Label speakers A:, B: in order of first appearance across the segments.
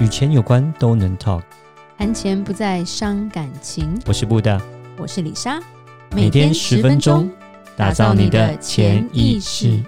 A: 与钱有关都能 talk。
B: 谈钱不再伤感情。
A: 我是布大，
B: 我是李莎，
A: 每天十分钟，打造你的潜意识，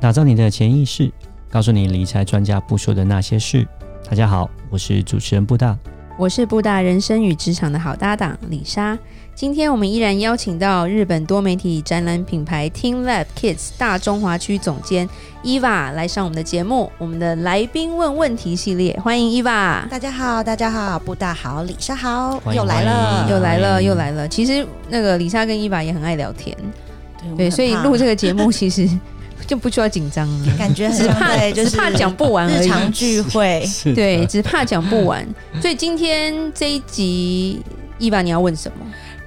A: 打造你的潜意识，告诉你理财专家不说的那些事。大家好，我是主持人布大。
B: 我是布大人生与职场的好搭档李莎。今天我们依然邀请到日本多媒体展览品牌 Team Lab Kids 大中华区总监 Eva 来上我们的节目，我们的来宾问问题系列，欢迎 Eva。
C: 大家好，大家好，布大好，李莎好
A: 欢，迎
C: 又来了，
A: 欢
B: 又来了，
A: 欢迎
B: 又来了。其实那个李莎跟 Eva 也很爱聊天，
C: 我
B: 对，
C: 很
B: 所以
C: 怕
B: 录这个节目其实 就不需要紧张 了，
C: 感觉很
B: 只
C: 像
B: 怕
C: 在就
B: 只
C: 是
B: 怕讲不完而
C: 日
B: 已。
C: 常聚会。
A: 是
B: 哎对，，只怕讲不完。所以今天这一集，伊娃你要问什么？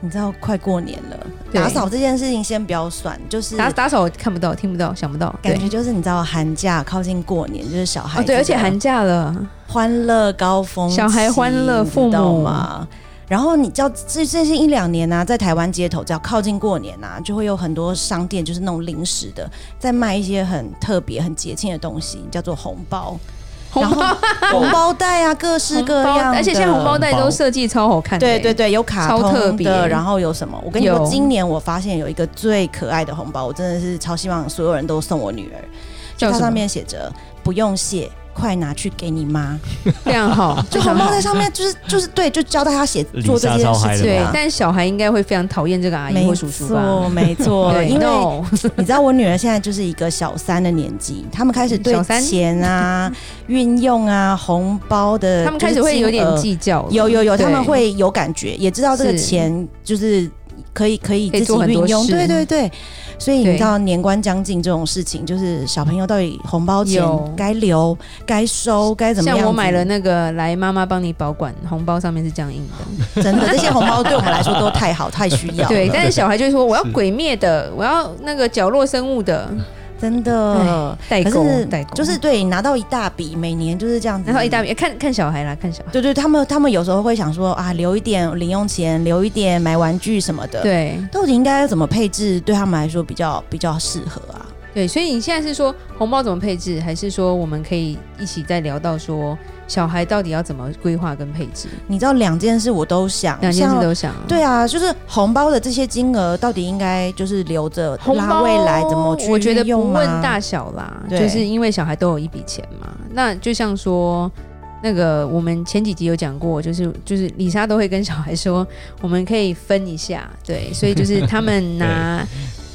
C: 你知道快过年了，
B: 对
C: 打扫这件事情先不要算，就是
B: 打打扫我看不到、听不到、想不到，
C: 感觉啊
B: 对
C: 就是你知道寒假靠近过年，就是小孩
B: 哦对，而且
C: 这个
B: 寒假了，
C: 欢乐高峰期，
B: 小孩欢乐
C: 你
B: 父母
C: 知道吗？然后你知道最最近一两年啊，在台湾街头，只要靠近过年啊，就会有很多商店，就是那种零食的，在卖一些很特别、很节庆的东西，叫做红包、
B: 红
C: 然后
B: 包
C: 红包袋啊，各式各
B: 红包
C: 样的。
B: 而且现在红包袋都设计超好看的、欸
C: 对对对，有卡
B: 超特
C: 通
B: 别
C: 的，然后有什么？我跟你
B: 有
C: 说，今年我发现有一个最可爱的红包，我真的是超希望所有人都送我女儿。
B: 叫
C: 就它
B: 什么
C: 上面写着“不用谢，快拿去给你妈”，
B: 这样好，
C: 就红包在上面，就是就是对，就教大家写
A: 李
C: 做这
A: 莎
C: 件
A: 超
C: 事
A: 嗨的
C: 情
B: 对
C: 啊。，
B: 但小孩应该会非常讨厌这个阿姨
C: 没
B: 或叔叔吧
C: 错，？没错，
B: 对
C: 因为
B: no
C: 你知道我女儿现在就是一个小三的年纪，他们开始对
B: 小三
C: 钱 啊、运用啊、红包的，
B: 他们开始会有点计较了，
C: 有有有，
B: 对
C: 他们会有感觉，也知道这个
B: 是
C: 钱就是可以可以
B: 可以
C: 自己
B: 做很多
C: 运用，
B: 事
C: 对对对。所以你
B: 对
C: 知道年关将近这种事情，就是小朋友到底红包钱
B: 有
C: 该留、该收、该怎么样
B: 像
C: 子？
B: 我买了那个来妈妈帮你保管红包，上面是这样印的，
C: 真 的这些红包对我们来说都太好、太需要
B: 对。
C: 了，
B: 但是小孩就会说我要
A: 是
B: 鬼灭的，我要那个角落生物的
C: 真的。
B: 代
C: 可
B: 购
C: 是，
B: 代购
C: 就是对你拿到一大笔，每年就是这样子，
B: 然后一大。笔，看看小孩啦，看小孩。
C: 对对，他们他们有时候会想说啊，留一点零用钱，留一点买玩具什么的。，
B: 对
C: 到底应该要怎么配置，对他们来说比较比较适合啊？
B: 对，所以你现在是说红包怎么配置，还是说我们可以一起再聊到说小孩到底要怎么规划跟配置？
C: 你知道两件事我都想，
B: 两件事
C: 像
B: 都想啊。
C: 对啊，就是红包的这些金额到底应该就是留着
B: 红
C: 拉
B: 包
C: 未来怎么去
B: 我觉得
C: 运用
B: 不
C: 吗
B: 问大小啦，
C: 对
B: 就是因为小孩都有一笔钱嘛。那就像说。那个，我们前几集有讲过，就是就是李莎都会跟小孩说，我们可以分一下，对，所以就是他们 拿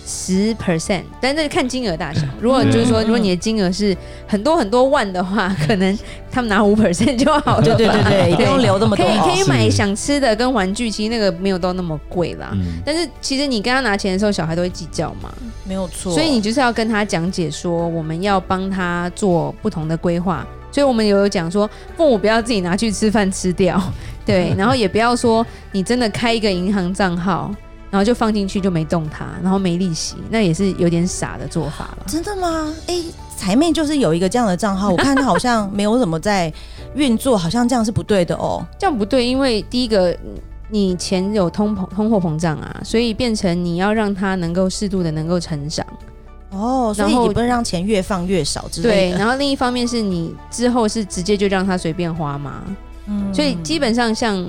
B: 十 percent，但那看金额大小。如果就是说，
C: 嗯
B: 如果你的金额是很多很多万的话，可能他们拿五 percent 就好了吧。
C: 对对对对，不用留这么
B: 可
C: 多
B: 以
C: 哦。
B: 可以买
A: 是
B: 想吃的跟玩具，其实那个没有到那么贵啦。
A: 嗯，
B: 但是其实你跟他拿钱的时候，小孩都会计较嘛，
C: 没有错。
B: 所以你就是要跟他讲解说，我们要帮他做不同的规划。所以我们有讲说，父母不要自己拿去吃饭吃 掉，对，然后也不要说你真的开一个银行账号，然后就放进去就没动它，然后没利息，那也是有点傻的做法了。
C: 真的吗？哎，财妹就是有一个这样的账号，我看她好像没有怎么在运作，好像这样是不对的哦。
B: 这样不对，因为第一个，嗯你钱有通膨通货膨胀啊，所以变成你要让它能够适度的能够成长。
C: 哦，所以
B: 然后
C: 你不能让钱越放越少之
B: 对，
C: 类的。
B: 然后另一方面是你之后是直接就让他随便花吗？
C: 嗯
B: 所以基本上像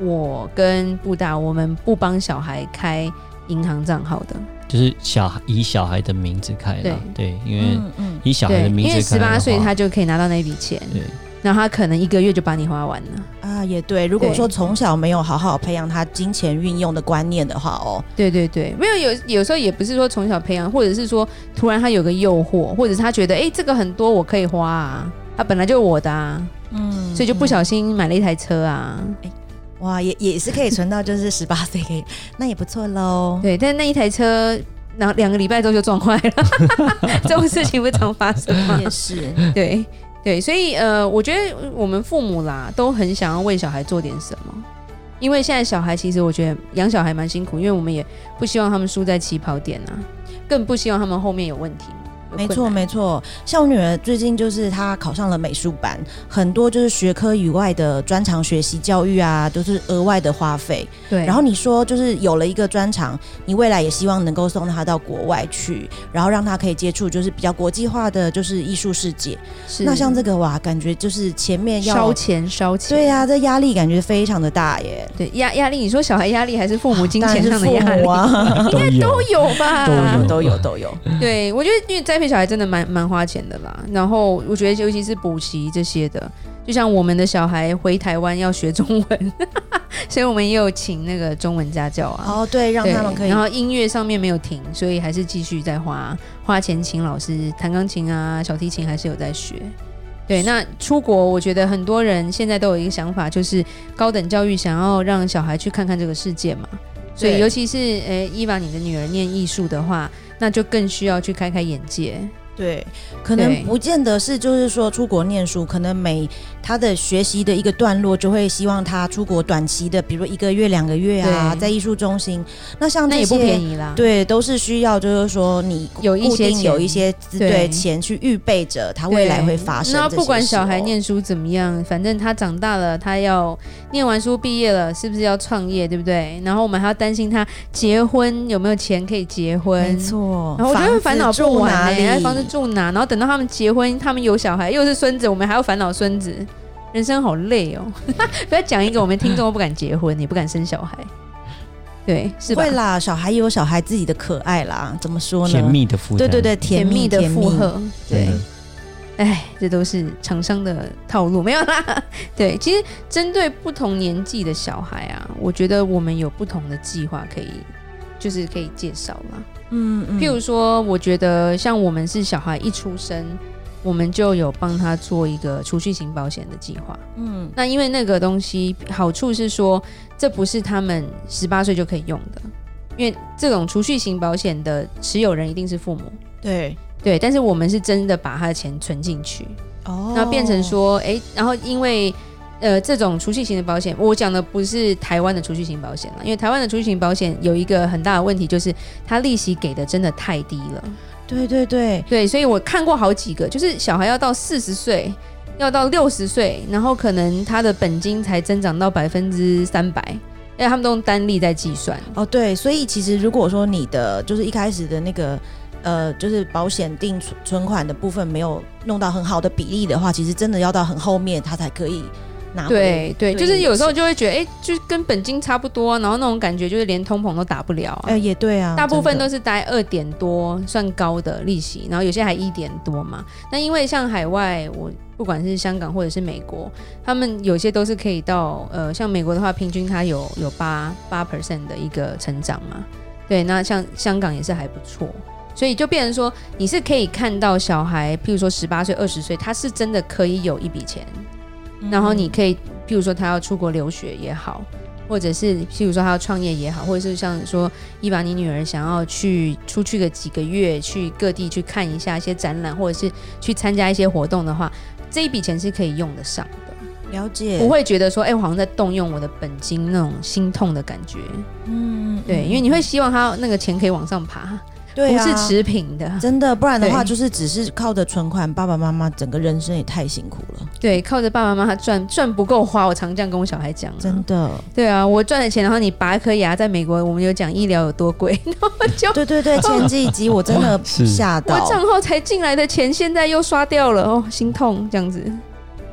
B: 我跟布达，我们不帮小孩开银行账号的，
A: 就是小孩以小孩的名字开啦，对，因为
C: 嗯嗯，
A: 以小孩
B: 对
A: 的，名
B: 因
A: 字
B: 为
A: 开
B: 十
A: 的
B: 八岁
A: 话
B: 他就可以拿到那笔钱，
A: 对。
B: 然后他可能一个月就把你花完了。
C: 啊，也对。如果
B: 对
C: 说从小没有好好培养他金钱运用的观念的话，哦，
B: 对对对，没有有有时候也不是说从小培养，或者是说突然他有个诱惑，或者是他觉得哎这个很多我可以花啊，他本来就是我的啊，
C: 嗯
B: 所以就不小心买了一台车啊，
C: 哇，也也是可以存到，就是十八岁可以，那也不错喽。
B: 对，但那一台车，然后两个礼拜之后就撞坏了， 这种事情不常发生吗？
C: 也是，
B: 对对，所以呃，我觉得我们父母啦，都很想要为小孩做点什么，因为现在小孩其实我觉得养小孩蛮辛苦，因为我们也不希望他们输在起跑点啊，更不希望他们后面有问题嘛。有
C: 没
B: 困
C: 错
B: 难
C: 没错，像我女儿最近就是她考上了美术班，很多就是学科以外的专长学习教育啊，都、是额外的花费。
B: 对，
C: 然后你说就是有了一个专长，你未来也希望能够送她到国外去，然后让她可以接触就是比较国际化的就是艺术世界。
B: 是
C: 那像这个哇，感觉就是前面要
B: 烧钱烧钱，
C: 对啊呀、这压力感觉非常的大耶。
B: 对压压力，你说小孩压力还是父母金
C: 当然
B: 钱
C: 是
B: 上的
C: 父
B: 压力
C: 母？啊，
A: 都有
B: 都有吧，
A: 都 有
C: 都有都有，
B: 对，我觉得因为栽培小孩真的蛮蛮花钱的啦。然后我觉得尤其是补习这些的，就像我们的小孩回台湾要学中文， 所以我们也有请那个中文家教啊。
C: 哦对，让
B: 对
C: 他们可以
B: 然后音乐上面没有停，所以还是继续在花花钱请老师弹钢琴啊、小提琴，还是有在学。对，那出国，我觉得很多人现在都有一个想法，就是高等教育想要让小孩去看看这个世界嘛。所以，
C: 对
B: 尤其是诶，伊娃，你的女儿念艺术的话，那就更需要去开开眼界。
C: 对，可能
B: 对
C: 不见得是，就是说出国念书，可能每他的学习的一个段落，就会希望他出国短期的，比如一个月、两个月啊，
B: 对
C: 在艺术中心。那像
B: 那
C: 这
B: 也不便
C: 些，
B: 宜啦。
C: 对，都是需要，就是说你
B: 有一
C: 固
B: 些
C: 定有
B: 钱
C: 一些资
B: 对
C: 对钱去预备着，他
B: 对，
C: 啊未来会发生。
B: 那不管小孩，念书怎么样，反正他长大了，他要念完书毕业了，是不是要创业，对不对？然后我们还要担心他结婚有没有钱可以结
C: 没
B: 婚。
C: 错，
B: 然后我觉
C: 房
B: 得
C: 子
B: 烦恼不
C: 住
B: 完
C: 哪
B: 呢、
C: 里
B: 还房子住哪？然后等到他们结婚，他们有小孩，又是孙子，我们还要烦恼孙子，人生好累哦。 不要讲一个我们听众都不敢结婚，也不敢生小孩，对，是吧
C: 会？啦，小孩也有小孩自己的可爱啦，怎么说呢？
A: 甜，蜜的负
C: 对
A: 担，
C: 对对，
B: 甜
C: 甜
B: 蜜的
C: 甜
B: 负荷，
A: 真
B: 对
A: 的。，
B: 哎，这都是厂商的套路，没有啦。 对，其实针对不同年纪的小孩啊，我觉得我们有不同的计划可以，就是可以介绍啦。
C: 嗯嗯，
B: 譬如说，我觉得像我们是小孩一出生，我们就有帮他做一个储蓄型保险的计划。
C: 嗯
B: 那因为那个东西好处是说，这不是他们十八岁就可以用的，因为这种储蓄型保险的持有人一定是父母。
C: 对
B: 对，但是我们是真的把他的钱存进去，
C: 哦，
B: 那变成说，诶，然后因为呃这种储蓄型的保险，我讲的不是台湾的储蓄型保险了，因为台湾的储蓄型保险有一个很大的问题，就是它利息给的真的太低了。
C: 嗯对对对，
B: 对，所以我看过好几个，就是小孩要到四十岁，要到六十岁，然后可能他的本金才增长到百分之三百，因为他们都用单利在计算。
C: 哦，对，所以其实如果说你的就是一开始的那个呃，就是保险定存存款的部分没有弄到很好的比例的话，其实真的要到很后面它才可以拿回。
B: 对对，
C: 对
B: 就是有时候
C: 是
B: 就会觉得，诶，就跟本金差不多啊，然后那种感觉就是连通膨都打不了啊。
C: 哎、也对啊，
B: 大部分都
C: 是
B: 是待二点多算高的利息，然后有些还一点多嘛。那因为像海外，我不管是香港或者是美国，他们有些都是可以到呃，像美国的话，平均它有有八八 percent 的一个成长嘛。对，那像香港也是还不错，所以就变成说你是可以看到小孩，譬如说十八岁、二十岁，他是真的可以有一笔钱，
C: 嗯
B: 然后你可以，譬如说他要出国留学也好，或者是譬如说他要创业也好，或者是像说伊娃你女儿想要去出去个几个月，去各地去看一下一些展览，或者是去参加一些活动的话，这一笔钱是可以用得上的，
C: 嗯了解，
B: 不会觉得说，哎、我好像在动用我的本金那种心痛的感觉。
C: 嗯，嗯
B: 对，因为你会希望他那个钱可以往上爬，
C: 对、
B: 不
C: 啊、
B: 是持平的。
C: 真的，不然的话
B: 对
C: 就是只是靠着存款，爸爸妈妈整个人生也太辛苦了，
B: 对，靠着爸爸妈妈赚赚不够花，我常这样跟我小孩讲、啊。
C: 真的。
B: 对啊，我赚了钱，然后你拔一颗牙，在美国我们有讲医疗有多贵， 然后就
C: 对 对对，前几集我真的
A: 是
C: 吓
B: 我
C: 到，
B: 账号才进来的钱，现在又刷掉了，哦，心痛这样子。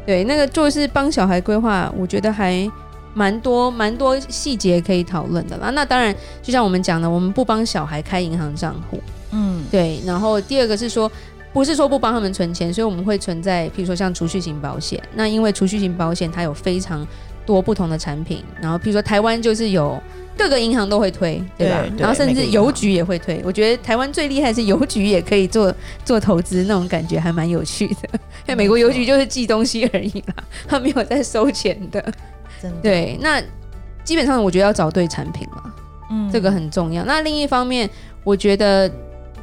B: 对，那个就是帮小孩规划，我觉得还蛮多蛮多细节可以讨论的啦。那当然，就像我们讲的，我们不帮小孩开银行账户，
C: 嗯，
B: 对。然后第二个是说，不是说不帮他们存钱，所以我们会存在，譬如说像储蓄型保险。那因为储蓄型保险它有非常多不同的产品，然后譬如说台湾就是有。各个银行都会推，对吧？
C: 对对
B: 然后甚
C: 每个
B: 至
C: 银行
B: 邮局也会推。我觉得台湾最厉害是邮局也可以做做投资，那种感觉还蛮有趣的。 因为美国邮局就是寄东西而已啦，他没有在收钱的。
C: 真的，
B: 对，那基本上我觉得要找对产品了。
C: 嗯
B: 这个很重要。那另一方面，我觉得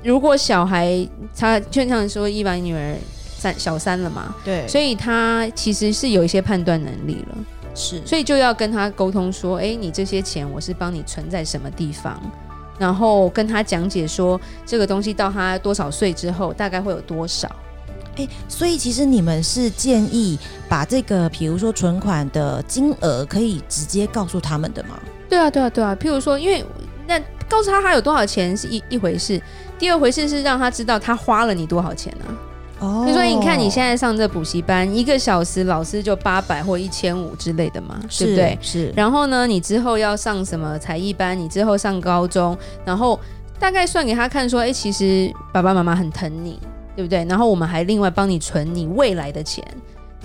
B: 如果小孩他就像说伊凡女儿三小三了嘛，
C: 对，
B: 所以他其实是有一些判断能力了，
C: 以是
B: 所以就要跟他沟通说，诶，你这些钱我是帮你存在什么地方。然后跟他讲解说这个东西到他多少岁之后大概会有多少。
C: 哎，所以其实你们是建议把这个，比如说存款的金额，可以直接告诉他们的吗？
B: 对啊，对啊，对啊。譬如说，因为那告诉他他有多少钱是一一回事，第二回事是让他知道他花了你多少钱啊。
C: 哦
B: 比如说，你看你现在上这补习班，一个小时老师就八百或一千五之类的嘛，对不
C: 是
B: 对？
C: 是，
B: 然后呢，你之后要上什么才艺班，你之后上高中，然后大概算给他看说，哎，其实爸爸妈妈很疼你，对不对？然后我们还另外帮你存你未来的钱。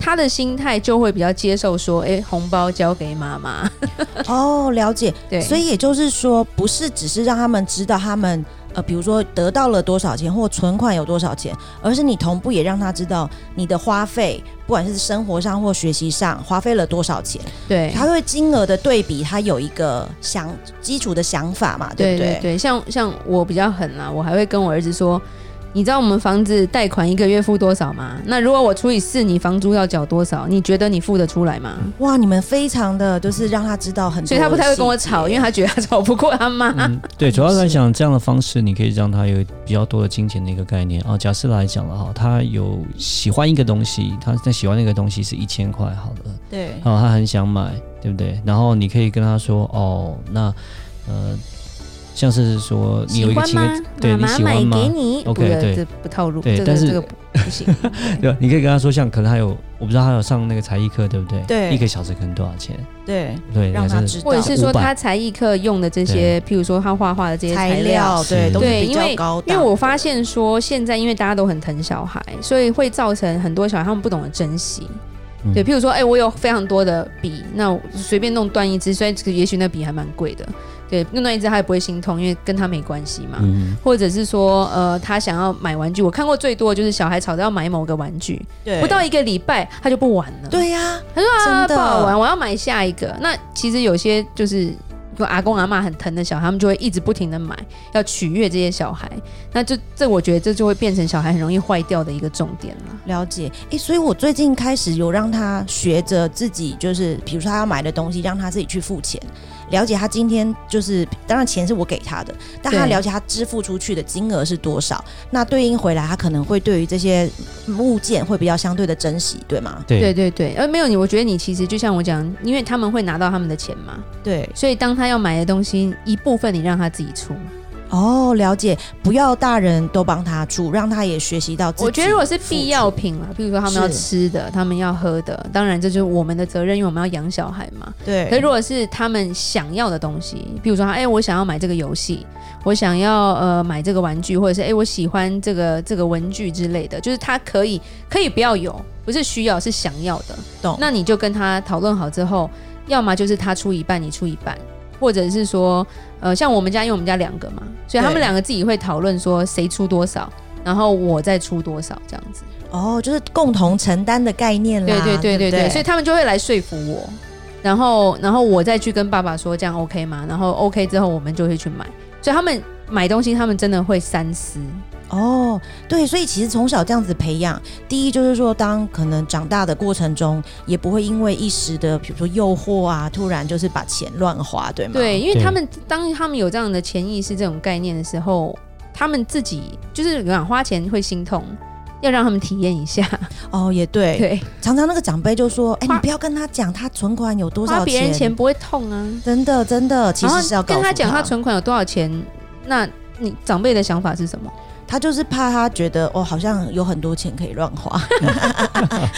B: 他的心态就会比较接受说，哎，红包交给妈妈，
C: 哦，了解。
B: 对，
C: 所以也就是说，不是只是让他们知道他们呃，比如说得到了多少钱或存款有多少钱，而是你同步也让他知道你的花费，不管是生活上或学习上花费了多少钱，
B: 对，
C: 他对金额的对比，他有一个想基础的想法嘛，
B: 对
C: 对不
B: 对对，像像我比较狠啦，我还会跟我儿子说，你知道我们房子贷款一个月付多少吗？那如果我除以四，你房租要缴多少？你觉得你付得出来吗？
C: 哇，你们非常的就是让他知道很多，
B: 所以他不太会跟我吵，因为。他觉得他吵不过他妈。
A: 嗯，对，主要来
C: 是
A: 讲，这样的方式你可以让他有比较多的金钱的一个概念啊。假设来讲了哈，他有喜欢一个东西，他在喜欢那个东西是一千块好了，
C: 对
A: 然后他很想买，对不对？然后你可以跟他说，哦，那呃，像是说你有一个情人，对你喜欢吗
B: 你
A: OK，
B: 不是
A: 对
B: 这不套路，
A: 对
B: 这个
A: 但是
B: 这个不不 行。
A: 对吧，你可以跟他说，像可能还有，我不知道他有上那个才艺课，对不对？
C: 对
A: 一个小时可能多少钱？
C: 对，
A: 对，
C: 让他
A: 还是
C: 知道
B: 或者是说
A: 500
B: 他才艺课用的这些，譬如说他画画的这些材
C: 材
B: 料。
C: 料对
A: 是
C: 都是
B: 对，
C: 比
B: 因
C: 较
B: 为
C: 高
B: 因
C: 档
B: 为我发现说，现在因为大家都很疼小孩，所以会造成很多小孩他们不懂得珍惜。
A: 嗯
B: 对，譬如说，哎、我有非常多的笔，那我随便弄断一支，虽然这个也许那笔还蛮贵的，对，弄断一支他也不会心痛，因为跟他没关系嘛。
A: 嗯，
B: 或者是说，呃，他想要买玩具，我看过最多就是小孩吵着要买某个玩具，
C: 对
B: 不到一个礼拜他就不玩了。，
C: 对呀，
B: 他说啊不
C: 真的
B: 好玩，我要买下一个。那其实有些就是。说阿公阿妈很疼的小孩，他们就会一直不停的买，要取悦这些小孩。那就这，我觉得这就会变成小孩很容易坏掉的一个重点了。
C: 了解，诶，所以我最近开始有让他学着自己，就是比如说他要买的东西，让他自己去付钱，了解他今天就是，当然钱是我给他的，但他
B: 对
C: 了解他支付出去的金额是多少，那对应回来他可能会对于这些物件会比较相对的珍惜，对吗？
A: 对
B: 对对对，呃，没有你，我觉得你其实就像我讲，因为他们会拿到他们的钱嘛，
C: 对，
B: 所以当他要买的东西，一部分你让他自己出。
C: 哦，了解，不要大人都帮他出，让他也学习到自己。
B: 我觉得如果是必要，品啦，比如说他们要
C: 是
B: 吃的，他们要喝的，当然这就是我们的责任，因为我们要养小孩嘛。可是
C: 对，
B: 如果是他们想要的东西，比如说他，哎、我想要买这个游戏，我想要呃买这个玩具，或者是哎、我喜欢这个这个文具之类的，就是他可以可以不要有，不是需要是想要的，
C: 懂
B: 那你就跟他讨论好之后，要么就是他出一半，你出一半。或者是说，呃，像我们家，因为我们家两个嘛，所以他们
C: 对
B: 两个自己会讨论说谁出多少，然后我再出多少这样子。
C: 哦，就是共同承担的概念啦。
B: 对对对对
C: 对不
B: 对，所以他们就会来说服我，然后然后我再去跟爸爸说这样 OK 吗？然后 OK 之后我们就会去买，所以他们买东西他们真的会三思，
C: 哦，对，所以其实从小这样子培养，第一就是说，当可能长大的过程中，也不会因为一时的，比如说诱惑啊，突然就是把钱乱花，对吗？
B: 对，，因为
A: 对
B: 他们当他们有这样的潜意识这种概念的时候，他们自己就是想花钱会心痛。要让他们体验一下，
C: 哦，也 对，
B: 对，
C: 常常那个长辈就说，哎、
B: 花
C: 你不要跟他讲他存款有多
B: 花
C: 少
B: 别人钱不会痛啊。
C: 真的真的，其
B: 然后
C: 实是要告
B: 跟
C: 诉
B: 他讲他
C: 他，
B: 存款有多少钱，那你长辈的想法是什么？
C: 他就是怕他觉得哦，好像有很多钱可以乱花，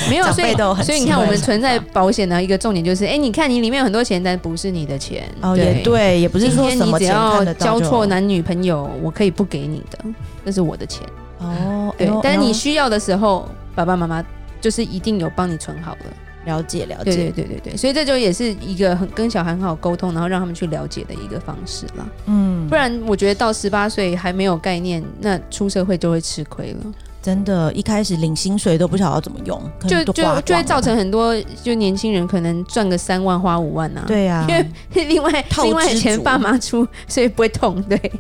B: 没有，
C: 长
B: 所以
C: 辈都有很
B: 所以你
C: 奇
B: 看，
C: 怪
B: 我们
C: 的
B: 存在
C: 想
B: 保险的一个重点就是，哎、你看你里面有很多钱，但不是你的钱。
C: 哦，也，对，也不
B: 今
C: 是说
B: 天
C: 什
B: 你
C: 么
B: 只
C: 钱看
B: 要
C: 得到
B: 交
C: 就
B: 错男女朋友，我可以不给你的，那是我的钱。
C: 哦，哎
B: 对
C: 呦，
B: 但是
C: 哎
B: 你
C: 呦
B: 需要的时候，爸爸妈妈就是一定有帮你存好了。
C: 了解了
B: 对
C: 解
B: 对，对对对，所以这就也是一个很跟小孩很好沟通，然后让他们去了解的一个方式啦。
C: 嗯
B: 不。然我觉得到十八岁还没有概念，那出社会就会吃亏了。
C: 真的，一开始领薪水都不晓得要怎么用，可
B: 就
C: 能都花
B: 就就
C: 光
B: 会
C: 了
B: 造成很多就年轻人可能赚个三万花五万呐、啊。
C: 对啊，
B: 因为另外
C: 套
B: 另外
C: 知
B: 钱
C: 足
B: 爸妈出，所以不会痛。对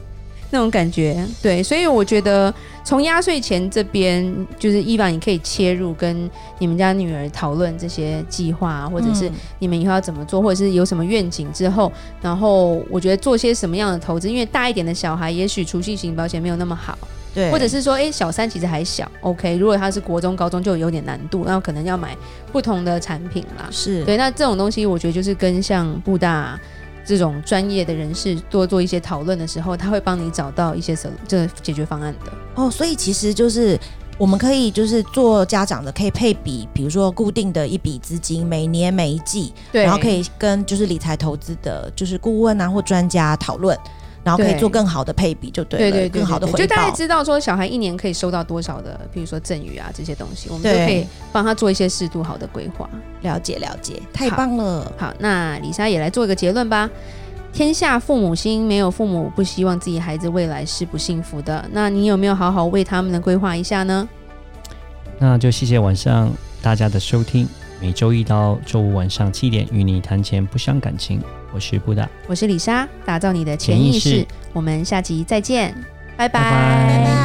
B: 那种感觉。对，所以我觉得从压岁钱这边，就是伊娃你可以切入跟你们家女儿讨论这些计划啊，或者是
C: 嗯
B: 你们以后要怎么做，或者是有什么愿景之后，然后我觉得做些什么样的投资，因为大一点的小孩也许储蓄型保险没有那么好，
C: 对，
B: 或者是说，哎、小三其实还小，OK，如果他是国中、高中就有点难度，那可能要买不同的产品啦。
C: 是
B: 对，那这种东西我觉得就是跟像布大这种专业的人士多做一些讨论的时候，他会帮你找到一些什这解决方案的。
C: 哦，所以其实就是我们可以就是做家长的，可以配比，比如说固定的一笔资金，每年每一季，
B: 对
C: 然后可以跟就是理财投资的，就是顾问啊或专家讨论，然后可以
B: 对
C: 做更好的配比，就对了，
B: 对对对，
C: 更好的
B: 对
C: 回报。
B: 就大概知道说小孩一年可以收到多少的，比如说赠与啊这些东西，我们就
C: 对
B: 可以帮他做一些适度好的规划。
C: 了解了解，太
B: 好
C: 棒了，
B: 好，那李莎也来做一个结论吧。天下父母心，没有父母不希望自己孩子未来是不幸福的。那你有没有好好为他们的规划一下呢？
A: 那就谢谢晚上大家的收听，每周一到周五晚上七点与你谈钱不伤感情，我是布达，
B: 我是李莎，打造你的潜
A: 潜意
B: 意识。
A: 识
B: 我们下集再见，拜拜。
A: 拜拜